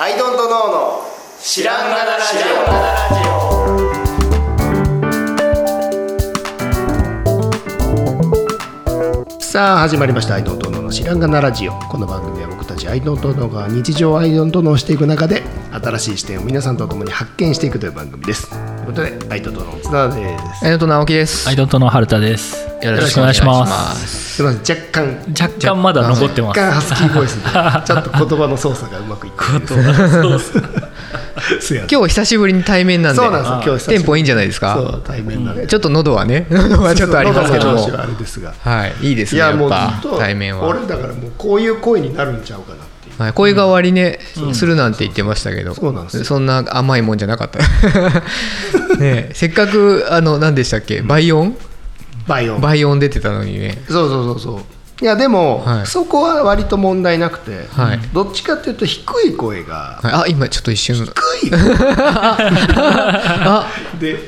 アイドントノーの知らんがなラジオさあ始まりました「アイドントノーの知らんがなラジオ」この番組は僕たちアイドントノーが日常をアイドントノーしていく中で新しい視点を皆さんと共に発見していくという番組ですということでアイドントノーの津田ですえっと直樹です。アイドントの春田です。よろしくお願いします。すいません若干若干まだ残ってます。若干ハスキーボイスでちょっと言葉の操作がうまくいってないです すいません今日久しぶりに対面なんで、そうなんですよ今日久しぶりテンポいいんじゃないですそか。う対面だねちょっと喉 はね、喉はちょっとありますけど喉のも調子、はあれですがはい、いいですいね。ややもっうずぱっと対面は。俺だからもうこういう声になるんちゃうかなっていうはい、声変わりね、するなんて言ってましたけど、そうなんですよそんな甘いもんじゃなかった。 ねえ、せっかくあの何でしたっけ、倍音、倍音倍音出てたのにね。そうそうそうそういやでも、はいそこは割と問題なくて、はいどっちかっていうと低い声が、はいあ、今ちょっと一瞬。 低い声あ、で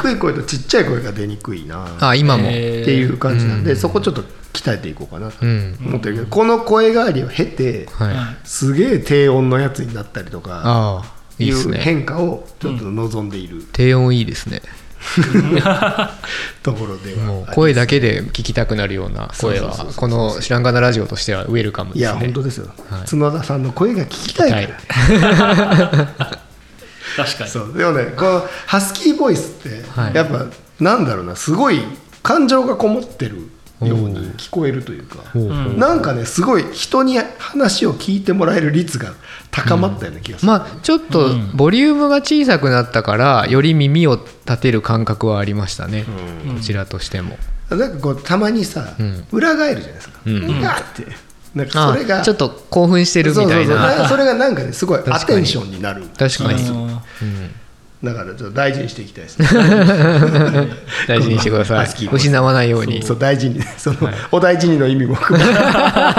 低い声とちっちゃい声が出にくいなあ今も。えーっていう感じなんで、そこちょっと鍛えていこうかなとうん。思ってるけど、この声変わりを経て、はい。すげえ低音のやつになったりとかああ、いいいですうね。変化をちょっと望んでいる低音いいですね。ところでもうは声だけで聞きたくなるような声そうそうはそうそうこの「知らんがなラジオ」としてはウェルカムですいねや本当ですよ、はい角田さんの声が聞きたいから、確かに。そうでもねこのハスキーボイスってはいやっぱ、なんだろうなすごい感情がこもってるように聞こえるというか、ほうほうなんかねすごい人に話を聞いてもらえる率が高まったような気がする、まあちょっとボリュームが小さくなったからより耳を立てる感覚はありましたねうんこちらとしてもなんかこうたまにさ、うん裏返るじゃないですか、うんうわーってなんかあそれがちょっと興奮してるみたいそうそうそうななそれがなん かねすごいかにアテンションになる確かにううんんだからちょっと大事にしていきたいですね大事にしてくださいハスキーボイス失わないようにそう大事にその、お大事にの意味も含めて2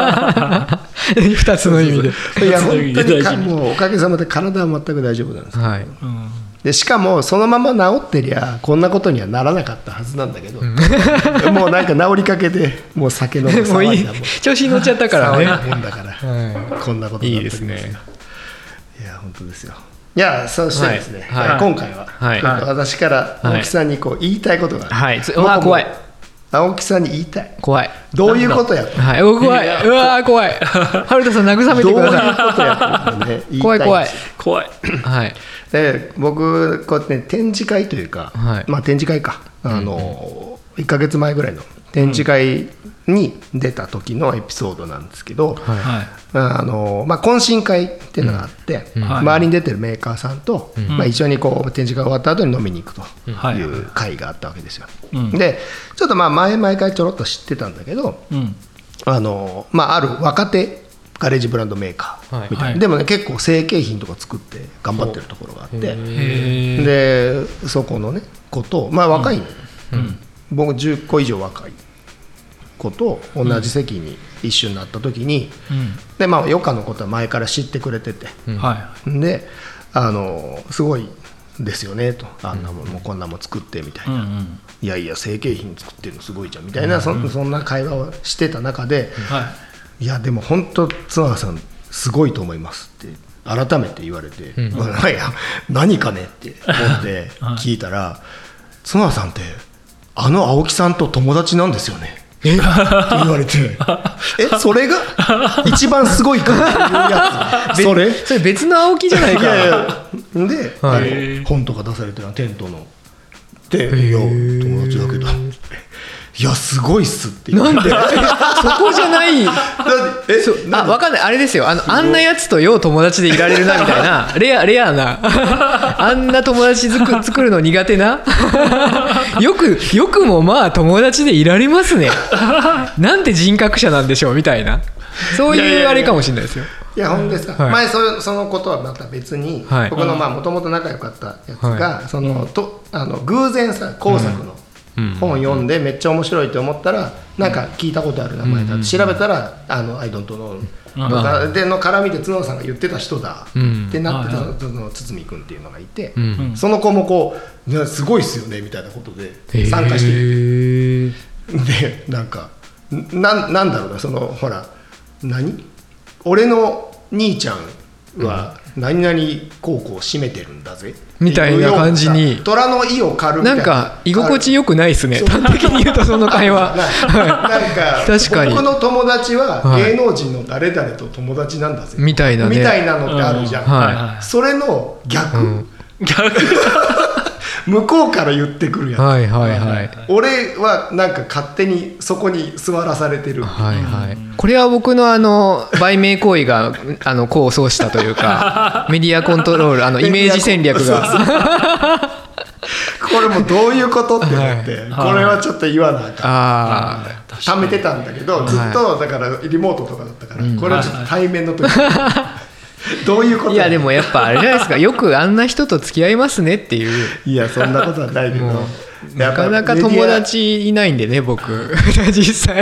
つの意味で いや本当に大か事にもうおかげさまで体は全く大丈夫なんですはいうんでしかもそのまま治ってりゃこんなことにはならなかったはずなんだけど、もうなんか治りかけてもう酒飲むもう騒いい いだもん調子に乗っちゃったから騒いだねもんだから、はこんなこといにいなっでてすきますねいや本当ですよいやそしてですね、はいはい今回は、はいちょっと私からはい青木さんにこう言いたいことがある、はいつう僕もわ怖い青木さんに言いたい怖いどういうことやとはい、お怖いうわー怖い春田さん慰めどてういうこくとださやと、 ね、言いたいんですよ怖い怖い怖い。いはいで僕こうやってね展示会というか、はいまあ展示会かあの、1か月前ぐらいの展示会に出た時のエピソードなんですけど、はいはい。あのまあ、懇親会っていうのがあって、うんうん周りに出てるメーカーさんと、まあ、一緒にこう展示会終わった後に飲みに行くとんはいいう会があったわけですよ。うんでちょっとまあ前々回ちょろっと知ってたんだけどうん。あの、まあ、ある若手ガレージブランドメーカーみたいな、はいでもね結構成形品とか作って頑張ってるところがあって。へえ。でそこのね子とまあ若いのよ、僕10個以上若い子と同じ席に一緒になった時に、うでまあ余暇のことは前から知ってくれてて、ん。はであのすごいですよねとあんなもんもこんなもん作ってみたいい。うな、んうん。いやいや成形品作ってるのすごいじゃんみたいな、そんそんな会話をしてた中で、はいやでも本当津川さんすごいと思いますって改めて言われて、んま あいや何かねって思って聞いたら、津川さんってあの青木さんと友達なんですよね えって言われてえそれが一番すごいからっていうや つそれそれ別の青木じゃないいかやいやで、はへあのー本とか出されてるのテントので「いや友達だけど」いやすごいっす」って言ってなんでそこじゃないだってえそうあ分かんないあれですよあのあんなやつとよう友達でいられるなみたいなレアレアなあんな友達作る作るの苦手なよくよくもまあ友達でいられますねなんて人格者なんでしょうみたいなそういやいやいいうやあれかもしれないですよいやほんでさ、はい前それそのことはまた別に、はい僕のもともと仲良かったやつが、そのとあの偶然さ工作の本読んでめっちゃ面白いと思ったら、なんか聞いたことある名前だって調べたら「あのアイドントノうんー」での絡みで角田さんが言ってた人だうんってなってはいはたその堤君っていうのがいて、んその子もこういや「すごいっすよね」みたいなことで参加してへーでなんかななんだろうなそのほら何俺の兄ちゃんは何々高校を占めてるんだぜみたいな感じに虎の意を狩るみたないんなか居心地よくないですね端的に言うとその会話なはんか 確かに僕の友達ははい芸能人の誰々と友達なんだぜ、いみたいなねみたいなのってあるじゃん、うんはいはいそれの逆、うん逆 向こうから言ってくるやつ、はいはいはい俺はなんか勝手にそこに座らされてる、はいはい、これは僕のあの売名行為が あの功を奏したとい うかメディアコントロールあのイメージ戦略そうがこれもうどういうことってなって、はいこれはちょっと言わなあかん あ貯めてたんだけど、いずっとだからリモートとかだったから、うんこれはちょっと対面の時、 どういうことあいやでもやっぱあれじゃないですかよくあんな人と付き合いますねっていういやそんなことはないけどもうやなっぱかなかメディア友達いないんでね僕 実際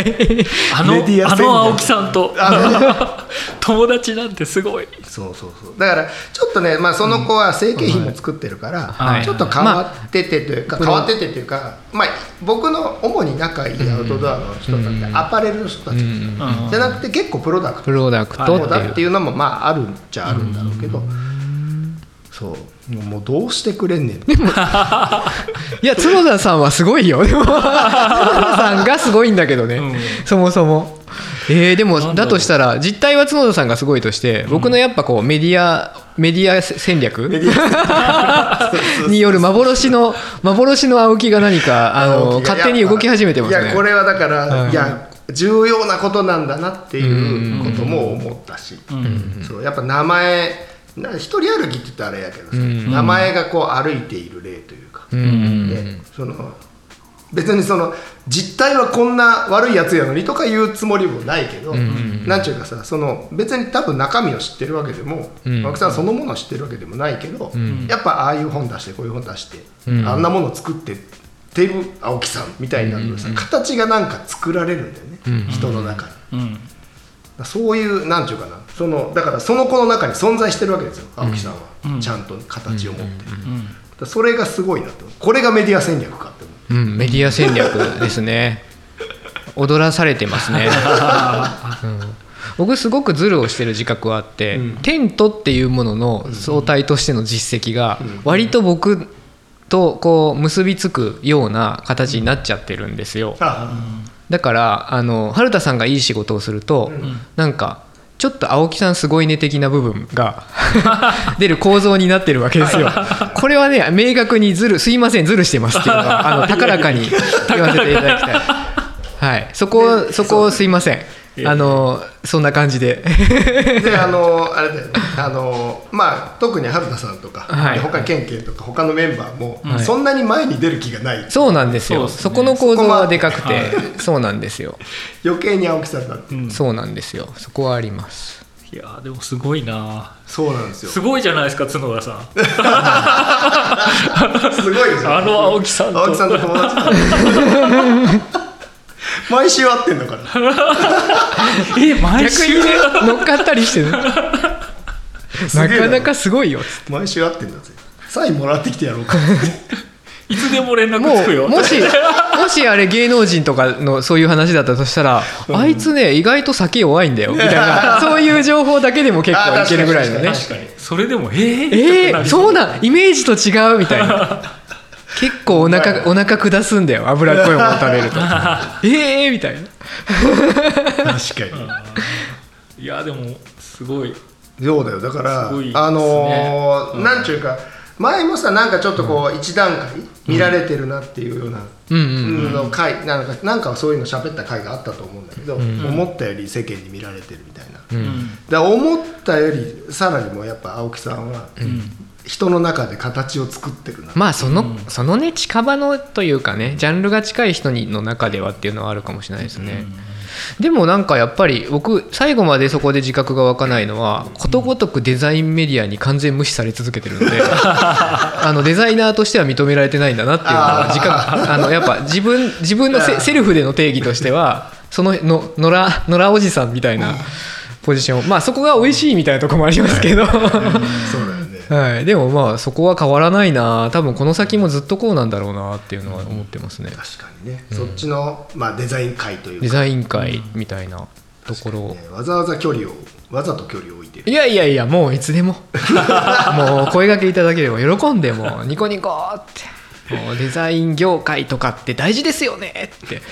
あメディのア戦あ略の青木さんとあ 友達なんてすごいそうそうそうだからちょっとね、まあ、その子は成形品も作ってるから、はいちょっと変わっててというか、まあ変わっててというか、まあ、僕の主に仲いいアウトドアの人だってアパレルの人たち、うんじゃなくて結構プロダクトプロダクトそうっていだっうていうのもまああるんちゃあるんだろうけど、そうもうどうしてくれんねん いや角田さんはすごいよでも角田さんがすごいんだけどね、うんそもそもえーでもなんだろうだとしたら実態は角田さんがすごいとして僕のやっぱこうメディアメディア戦略メディアそうそうそう による幻の幻の青木が何かあの勝手に動き始めてますいねやこれはだから、うんいや重要なことなんだなっていうことも思ったし、そうやっぱ名前な一人歩きって言ったらあれやけどさ、ん名前がこう歩いている例というか、うでんその別にその実態はこんな悪いやつやのにとか言うつもりもないけど、なんちゅうかさその別に多分中身を知ってるわけでも、うん青木さんそのものを知ってるわけでもないけど、んやっぱああいう本出してこういう本出して、うんあんなもの作ってってる青木さんみたいになるとさ、形がなんか作られるんだよね、うん人の中に。うんそういうなんちゅうかなそのだからその子の中に存在してるわけですよ青木さんは、うんちゃんと形を持って、だかうんらそれがすごいなとこれがメディア戦略かって思ううんメディア戦略ですね踊らされてますね、うん僕すごくズルをしてる自覚はあって、うんテントっていうものの総体としての実績がうん割と僕とこう結びつくような形になっちゃってるんですよあだからあの春田さんがいい仕事をすると、うんなんかちょっと青木さんすごいね的な部分が出る構造になってるわけですよ。これはね明確にずるすいませんずるしてますっていうのがあの高らかに言わせていただきたい。はい、そこそこすいません。あのそんな感じで。であのあれだよねあのまあ特に春田さんとか、はい他ケンケンとか他のメンバーも、はいそんなに前に出る気がないそうなんですよ。そうそですねこの構造はでかくそこはて、そうなんですよ。余計に青木さんになって、うんそうなんですよ。そこはあります。いやーでもすごいなそうなんですよすすごいじゃないですか角田さんごいですよ あの青木さんと青木さんと友達毎週会ってんのかなえ毎逆週にね乗っかったりしてる。すなげえかなかすごいよ。毎週会ってんだぜサインもらってきてやろうかいつでも連絡もつくようもしもしあれ芸能人とかのそういう話だったとしたら、あいつね意外と酒弱いんだよみたいなそういう情報だけでも結構いけるぐらいのねあ確かにそれでもええー、そうななんイメージと違うみたいな結構お腹お腹下すんだよ脂っこいもの食べるとええー、みたいな確かにいやでもすごいそうだよだから、すごいですねあのーなんちゅうか前もさなんかちょっとこう一段階見られてるなっていうような、うんうんの回なんかなんかそういうの喋った回があったと思うんだけど、思ったより世間に見られてるみたいな、うだからん思ったよりさらにもやっぱ青木さんは人の中で形を作ってるな、まあその,、そのね近場のというかねジャンルが近い人にの中ではっていうのはあるかもしれないですね、でもなんかやっぱり僕最後までそこで自覚が湧かないのはことごとくデザインメディアに完全無視され続けてるので あのデザイナーとしては認められてないんだなっていうのは自覚あのやっぱ自分自分のあーセセルフでの定義としてはそのの野良野良おじさんみたいなポジションまあそこが美味しいみたいなところもありますけど。そうだよねはい、でもまあそこは変わらないな多分この先もずっとこうなんだろうなっていうのは思ってますね確かにね、そっちの、まあ、デザイン界というデかザイン界みたいなところねわざわざ距離をわざと距離を置いてるいやいやいやもういつ でももう声掛けいただければ喜んでもうニコニコってもうデザイン業界とかって大事ですよね って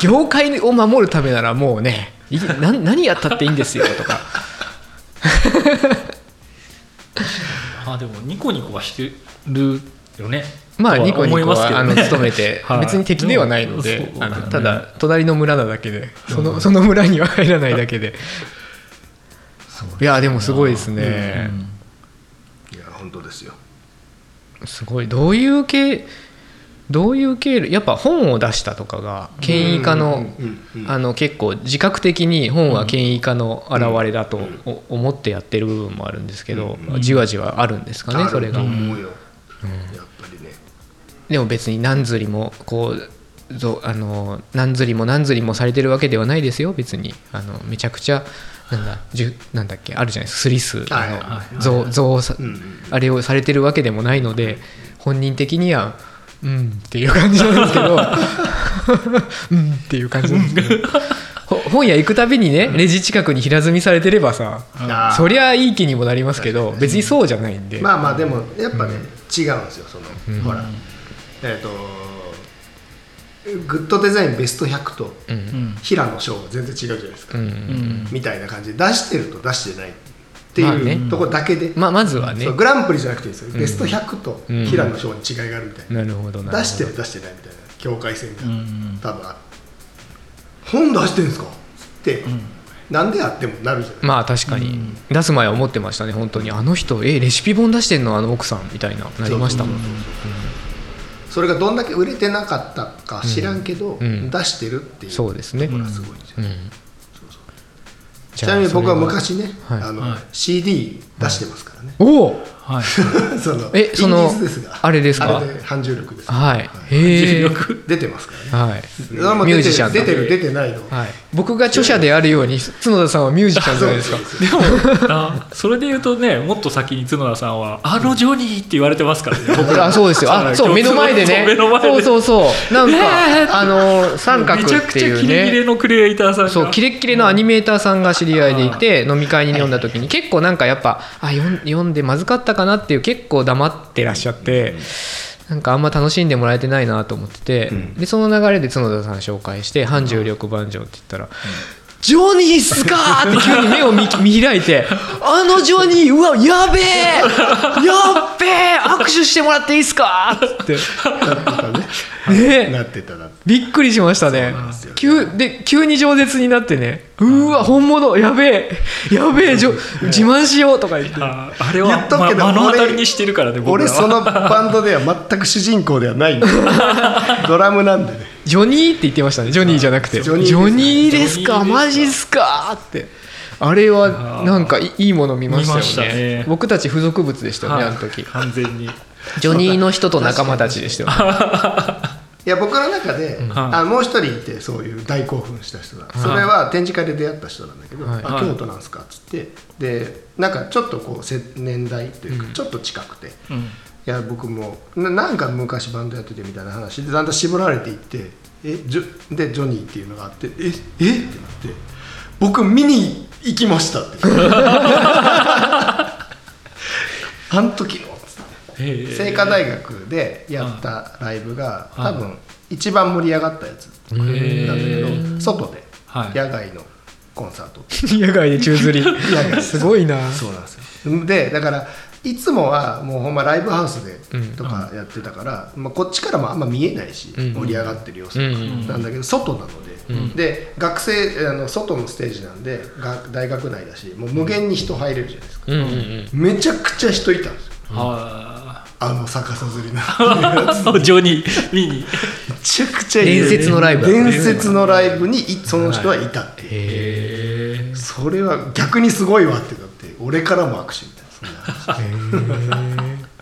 業界を守るためならもうねい な何やったっていいんですよとかあでもニコニコはしてるよねまあとはニコニコ思いますけはどあねの勤めて はい別に敵ではないのでそうあそうのただ隣の村なだけでそのその村には入らないだけでいやでもすごいですねうんいや本当ですよすごいどういう系どういう系やっぱ本を出したとかが権威化のうんうんうんあの結構自覚的に本は権威化の表れだとお思ってやってる部分もあるんですけどうんじわじわあるんですかあねるそれがと。思うよ、やっぱりねでも別に何釣りもこうぞあの何釣りも何釣りもされてるわけではないですよ別にあのめちゃくちゃなんだじゅなんだっけあるじゃないですかスリスはいはいはあの増増さうんうんあれをされてるわけでもないので本人的にはうんっていう感じなんですけど うんっていう感じなんですけどほ本屋行くたびにねレジ近くに平積みされてればさあーそりゃいい気にもなりますけど別にそうじゃないんでまあまあでもやっぱね、違うんですよその、んほらえっ、とグッドデザインベスト100とうん平野翔は全然違うじゃないですか、うんうんみたいな感じで出してると出してないってまあいねうとこだけで、まあまずはねそうグランプリじゃなくていいんですよ、ベスト100とうん平野翔に違いがあるみたいな、なるほどなるほど出してる出してないみたいな境界線が、うん多分ある本出してるんですかって、なんであってもなるじゃない、まあ確かに、出す前は思ってましたね本当にあの人えレシピ本出してんのあの奥さんみたいななりましたもんそれがどんだけ売れてなかったか知らんけど、うんうん出してるっていうそうですねところがすごいんですよ、うんちなみに僕はじゃあ昔ね、はいあのはい CD 出してますからね、それはおおはいそのえそのインディーズですがあれですかあれで半重力です、はい へえ重力出てますからねはいそれはもう出てるミュージシャンと出てる出てないの、はい僕が著者であるように角田さんはミュージシャンじゃないですかそうそうそうでもあそれで言うとねもっと先に角田さんは「あのジョニー」って言われてますか らね僕らあそうですよあそう目の前でね目の前でそうそうそうなんね えかあの三角っめちゃくてちゃいうキレキねレのクリエイターさんがそうキレッキレのアニメーターさんが知り合いでいて飲み会に読んだ時に結構なんかやっぱあ読ん読んでまずかったかなっていう結構黙ってらっしゃってなんかあんま楽しんでもらえてないなと思っててんでその流れで角田さん紹介して「半重力万丈」って言ったら「ジョニーっすか!」って急に目を見見開い て「あのジョニーうわやべえやっべえ握手してもらっていいっすか!」って言ってねえなってたらびっくりしましたねですよ急で急に饒舌になってねうーわ本物やべえやべえじょ自慢しようとか言ってああれ言はっとくけど、ま目の当たり俺にしてるからね僕俺らはそのバンドでは全く主人公では ないんだよドラムなんでねジョニーって言ってましたねジョニーじゃなくてジジョョニーですニーですジョニーですかかマジっすかってあれはなんかいいいもの見ましたよね見ましたね僕たち付属物でしたよね、はいあの時完全 にジョニーの人と仲間たちでしたよね いや僕の中で、んあもう一人いてそういう大興奮した人が、それは展示会で出会った人なんだけど、はいあ京都なんすかっつってでなんかちょっとこうせ年代というか、ちょっと近くて、いうんや僕もななんか昔バンドやっててみたいな話でだんだん絞られていってえジョでジョニーっていうのがあってええってなって僕見に行きましたって あの時のっつって。ええ清華大学でやったライブが多分一番盛り上がったやつなんだけど外ではい野外のコンサート野外で宙吊 外でりすごいなそうなんですよでだからいつもはもうほんまライブハウスでとかやってたから、まあ、こっちからもあんま見えないし、うん盛り上がってる様子うんなんだけど外なので、んで学生あの外のステージなんでが大学内だしもう無限に人入れるじゃないですか、うんうんうんめちゃくちゃ人いたんですよ はあの逆さずりなあジョニー見にめちゃくちゃいい伝説のライブ伝説のライブにいその人はいたっていうへえそれは逆にすごいわってなって俺からも握手みたいなそんな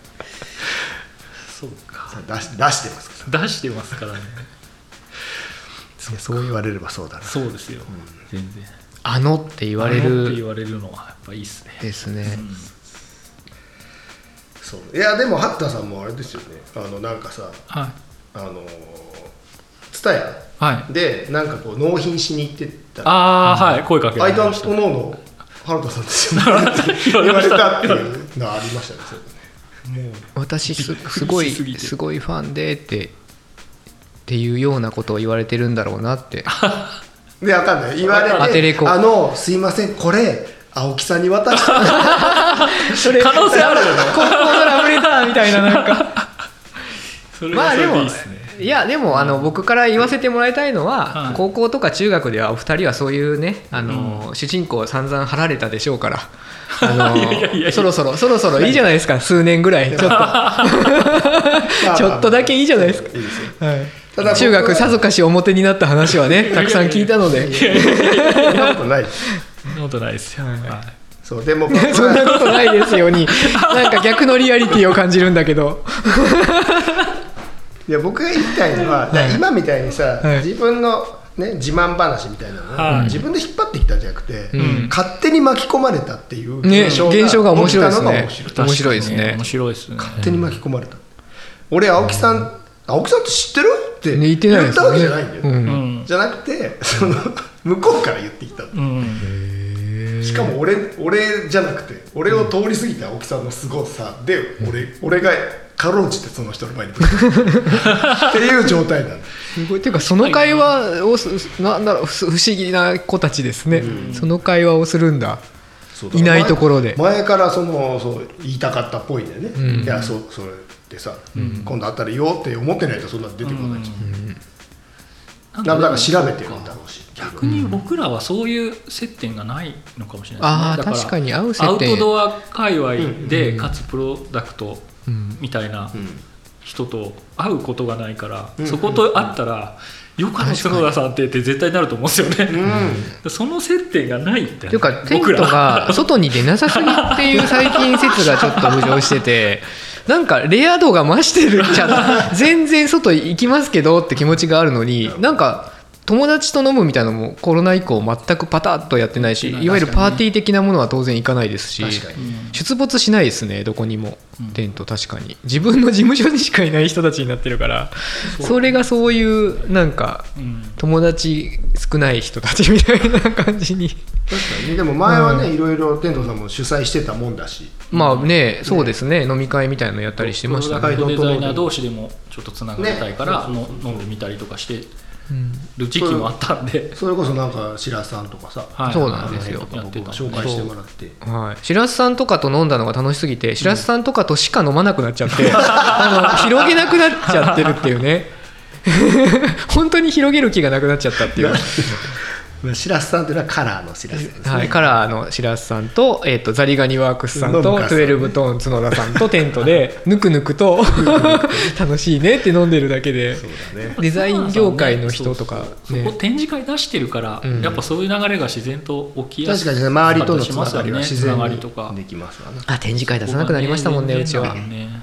そうか話出し出してますか出してますかららねいやそう言われればそうだなそうですよ、全然あのって言われあのってる言われるのはやっぱいいっすねですねそういやでも八田さんもあれですよねあのなんかさはいあのー蔦屋はいでなんかこう納品しに行ってったらああ、はい声「かけら相れ手はまおしたのおの原田さんです よね」って言言わわれれたたっていうのはありましたねそうだねもう私すすごいすぎてすごいファンでってっていうようなことを言われてるんだろうな ってで分かんない言われて当てれこあのすいませんこれ青木さんに渡してそれ可能性あるよ ね高校のラブレターみたいななんか それまはあそれででいもいっすねいやでもあの僕から言わせてもらいたいのははい高校とか中学ではお二人はそういうねあの主人公を散々張られたでしょう からあいやいやいやいのやそろそろそろそろいいじゃないですか数年ぐらいちょ っと ちょっとだけいいじゃないですかいいですよただはい中学さぞかし表になった話はねたくさん聞いたのでそんなことないそんなことないですよ、はいはいそうでも そんなことないですよ になんか逆のリアリティを感じるんだけどいや僕が言いたいのは、だから今みたいにさ、はい自分の、ね、自慢話みたいなのを、はい自分で引っ張ってきたんじゃなくて、ん勝手に巻き込まれたっていうね現象が,、現象が面白いですね面白い面白いですね確かに面白いですね勝手に巻き込まれた、俺青木さん、青木さんって知ってるってね言ってない言でっすたよわけねじゃないんだよ、うんうんじゃなくてその向こうから言ってきた、うん、しかも俺俺じゃなくて俺を通り過ぎた青木さんのすごさで、俺俺がかろうじてその人の前にぶつか ったっていう状態なんだすごいていうかその会話をすなんだろうふ不思議な子たちですね、その会話をするんだそうだいないところで前前からそのそう言いたかったっぽいんだよね、いやそうそれでさ、今度会ったら言おうって思ってないとそんなの出てこないじゃん、だなからでも調べてるんだろうし逆に僕らはそういう接点がないのかもしれああないですねだら確かに合うア接ウ点トドア界隈でかつプロダクトうんみたいなうん人と会うことがないから、うんそこと会ったら「よかった角田さんって」って絶対なると思うんですようね、 その接点がないってていうかテントが外に出なさすぎっていう最近説がちょっと浮上しててなんかレア度が増してるじ ゃん全然外行きますけどって気持ちがあるのになんか友達と飲むみたいなのもコロナ以降全くパタッとやってないしいわゆるパーティー的なものは当然行かないですし確かに出没しないですねどこにもうんテント確かに自分の事務所にしかいない人たちになってるからそれがそういうなんかうん友達少ない人たちみたいな感じに。確かにでも前はね、いろいろ天童さんも主催してたもんだしまあね、そうですね、飲み会みたいなのやったりしてましたプロね。ダクトデザイナー同士でもちょっとつながりたいから、ねの飲んでみたりとかしてうんる時期もあったんで、それこそなんか白洲さんとかさ、はいそうなんですよあのやっ辺てとたか紹介してもらってはい、白洲さんとかと飲んだのが楽しすぎて白洲さんとかとしか飲まなくなっちゃって、 あの広げなくなっちゃってるっていうね 本当に広げる気がなくなっちゃったっていう、白洲さんっていうのはカラーの白洲さんですね、はい、カラーの白洲さんと,、えっとザリガニワークスさん信と香さん12トーン角田さんとテントでぬくぬくと 楽しいねって飲んでるだけでそうだねデザイン業界の人とかそうそうそねこ展示会出してるから、うんやっぱそういう流れが自然と起きや確すかにね周りとのつながりは自然つながりとかにできますわなあ展示会出さなくなりましたもんねうちは。ね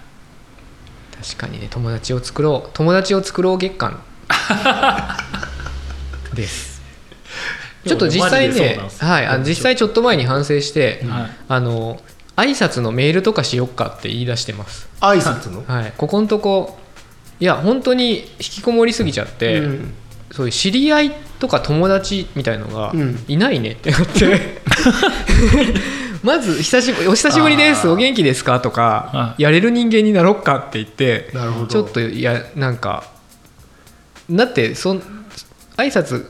確かにね友達を作ろう友達を作ろう月 間ですちょっと実際でもマジでそうねなんですはいあの実際ちょっと前に反省して、はいあの挨拶のメールとかしよっかって言い出してます挨拶の、はいここのとこいや本当に引きこもりすぎちゃって、うんそういう知り合いとか友達みたいのがうんいないねってなって、まず久しぶり「お久しぶりですあーお元気ですか?」とかは「やれる人間になろっか」って言ってなるほどちょっといやなんかだってそん挨拶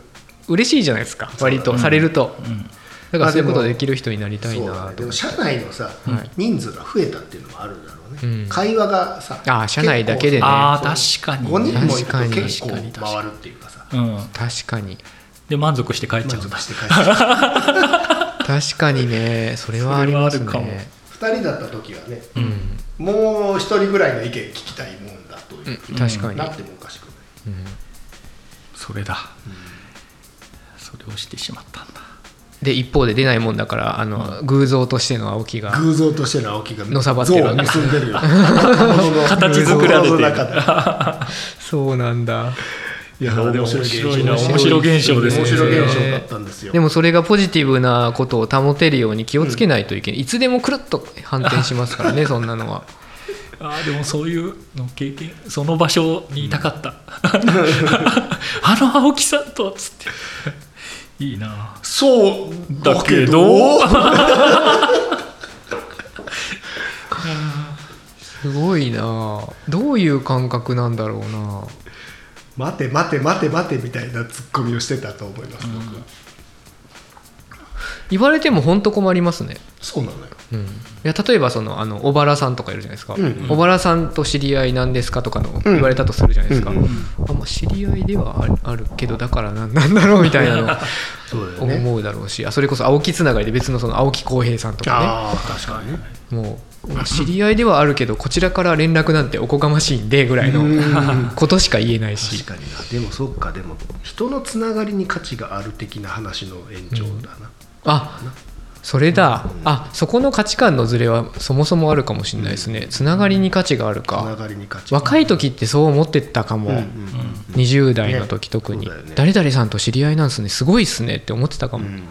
嬉しいじゃないですか割とされるとうんだからそういうことあでもできる人になりたいそうなだね、でとも社内のさ、はい人数が増えたっていうのもあるんだろうね、うん会話がさあー社内だけでねああ結確かに構5人もいる確かとに結構確かに確かに回るっていうかさうん、確かにで満足して帰っちゃ満う足んだして帰って確かにねそれはありますそれはあるかもね2人だった時はね、うんもう1人ぐらいの意見聞きたいもんだという、うん確かになってもおかしくないうんそれだ、それをしてしまったんだで一方で出ないもんだからあの、偶像としての青木が偶像としての青木がのさばってる像を結んでるよ形形作られているそうなんだいやでも面白面白いいな面白現象ですね面白い現象だねったんですよでもそれがポジティブなことを保てるように気をつけないといけない、いつでもくるっと反転しますからねそんなのはあーでもそういうの経験その場所にいたか った、あの青木さんとつっていいなそうだけだどすごいなどういう感覚なんだろうな 待て待て待て待てみたいなツッコミをしてたと思います、僕は言われても本当困りますね、そうなのようん、いや例えばそのあの小原さんとかいるじゃないですか、うんうん小原さんと知り合いなんですかとかの言われたとするじゃないですか、うんうんあまあ知り合いではあるあるけどだからなんなんだろうみたいなのそうだよね思うだろうし、あそれこそ青木つながりで別のその青木浩平さんとかああ確かにねねもう知り合いではあるけどこちらから連絡なんておこがましいんでぐらいのうんことしか言えないし確かになでもそっかでも人のつながりに価値がある的な話の延長だな、あそれだあそこの価値観のズレはそもそもあるかもしれないですねつながりに価値があるつなかがりに価値若い時ってそう思ってたかも、うんうん20代の時特に、そうだよね誰々さんと知り合いなんすねすごいっすねって思ってたかも、うんうん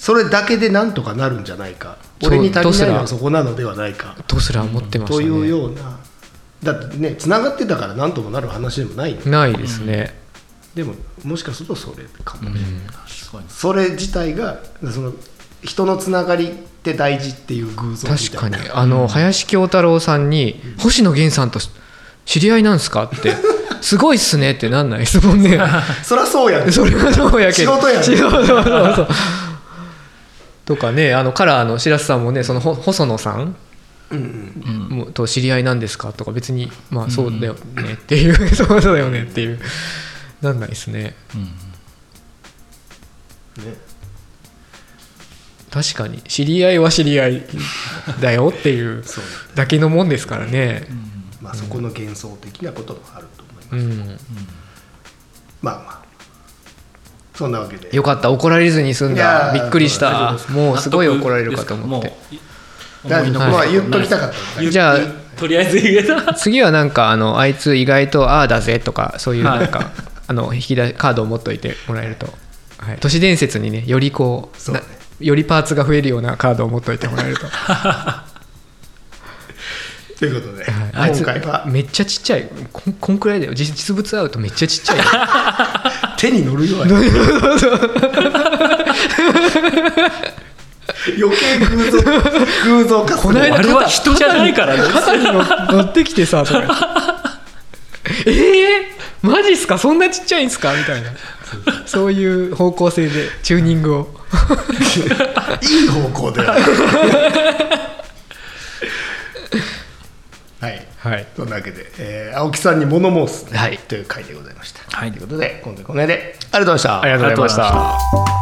それだけでなんとかなるんじゃないかそう俺に足りないのどうすらはそこなのではないかとすら思ってましたとね、いうようなだってねつながってたからなんともなる話でもないのないですね、でももしかするとそれかもしれない、確かにそれ自体がその人のつながりって大事っていう偶像み確たかいになあの林京太郎さんに「星野源さんと知り合いなんす か?」って「すごいっすね」ってなんないですもんねそりゃそう やねそれはそうやけど仕事やね仕事そうそうそうとかねあのカラーの白洲さんもねそのほ細野さんうんうんもと知り合いなんですかとか別にまあそうだよねっていう、 そうそうだよねっていうなんないですねね確かに知り合いは知り合いだよっていうそうだだけのもんですからねまあ、そこの幻想的なこともあると思います、うんまあまあそんなわけでよかった怒られずに済んいやだーびっくりし大丈た夫ですもうすごい怒られるかと思っ納て得ですか大もう丈夫はいまあ言っときたかったみたい言うじゃあ言うとりあえず言 えた次はなんかあのあいつ意外とああだぜとかそういうなんか、あの引き出カードを持っといてもらえると、はい、都市伝説にねよりこうそうねなよりパーツが増えるようなカードを持っといてもらえると、ということで、はいあいつ今回はめっちゃちっちゃいこんこんくらいだよ実実物会うとめっちゃちっちゃいよ手に乗るような余計偶像偶像化するこの間あれは人じゃないからね肩に乗乗ってきてさそれ ええマジっすかそんなちっちゃいんすかみたいなそういう方向性でチューニングをいい方向 でははいはいそんなわけで、えー青木さんに物申す、はいという回でございました、はいということで今回この辺でありがとうございましたありがとうございましたありがとうございました